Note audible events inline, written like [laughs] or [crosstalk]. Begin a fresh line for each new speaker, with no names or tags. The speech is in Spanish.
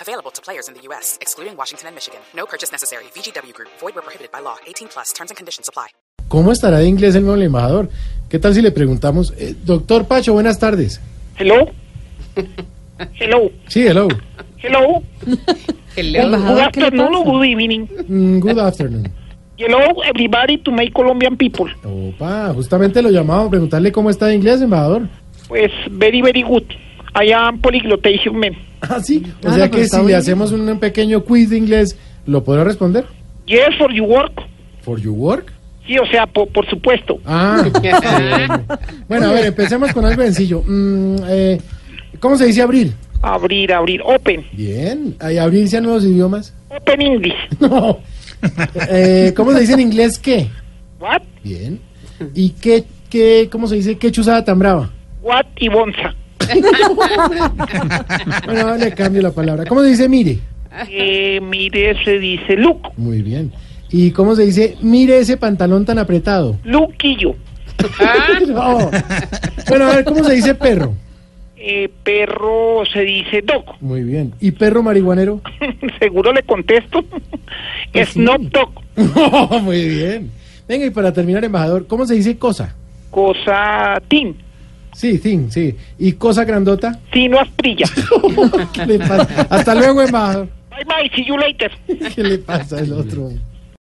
Available to players in the U.S., excluding Washington and Michigan. No purchase necessary. VGW Group, void were prohibited by law. 18 plus terms and conditions apply.
¿Cómo estará de inglés el nuevo embajador? ¿Qué tal si le preguntamos, eh, doctor Pacho, buenas tardes?
Hello. Hello.
Sí, hello.
Hello. Good
Embajador, ¿qué le
afternoon or
pasa?
good evening.
Mm, good afternoon.
Hello, everybody, to my Colombian people.
Opa, justamente lo llamamos a preguntarle cómo está de inglés, embajador.
Pues, very, very good. I am polyglot Asian man.
Ah, sí. O
Ah,
sea
no, pero
que
está
si le
bueno.
hacemos un pequeño quiz de inglés, ¿lo podrá responder?
Yes, for your work.
¿For your work?
Sí, o sea, por, por supuesto.
Ah.
[laughs]
bueno. bueno, a ver, empecemos con algo sencillo. Mm, eh, ¿Cómo se dice abrir?
Abrir, abrir. Open.
Bien. ¿Y abrirse a nuevos idiomas? [laughs]
Open English.
No. Eh, ¿Cómo se dice en inglés qué?
What?
Bien. ¿Y qué, qué, cómo se dice, qué chuzada tan brava?
What, Ivonza?
Bueno, le cambio la palabra. ¿Cómo se dice mire?
Eh, mire, se dice look.
Muy bien. ¿Y cómo se dice mire ese pantalón tan apretado? [laughs]
Luquillo.
No. Bueno, a ver, ¿cómo se dice perro?
Eh, perro se dice dog.
Muy bien. ¿Y perro marihuanero?
[laughs]
[laughs]
Seguro le contesto. [laughs]
Pues sí.
Snoop Dogg.
muy bien. Venga, y para terminar, embajador, ¿cómo se dice cosa?
Cosa tin.
Sí, thing, sí. ¿Y cosa grandota? [laughs]
Sino asprilla.
¿Qué le pasa? Hasta luego, embajador.
bye bye, see you later.
¿Qué le pasa al otro?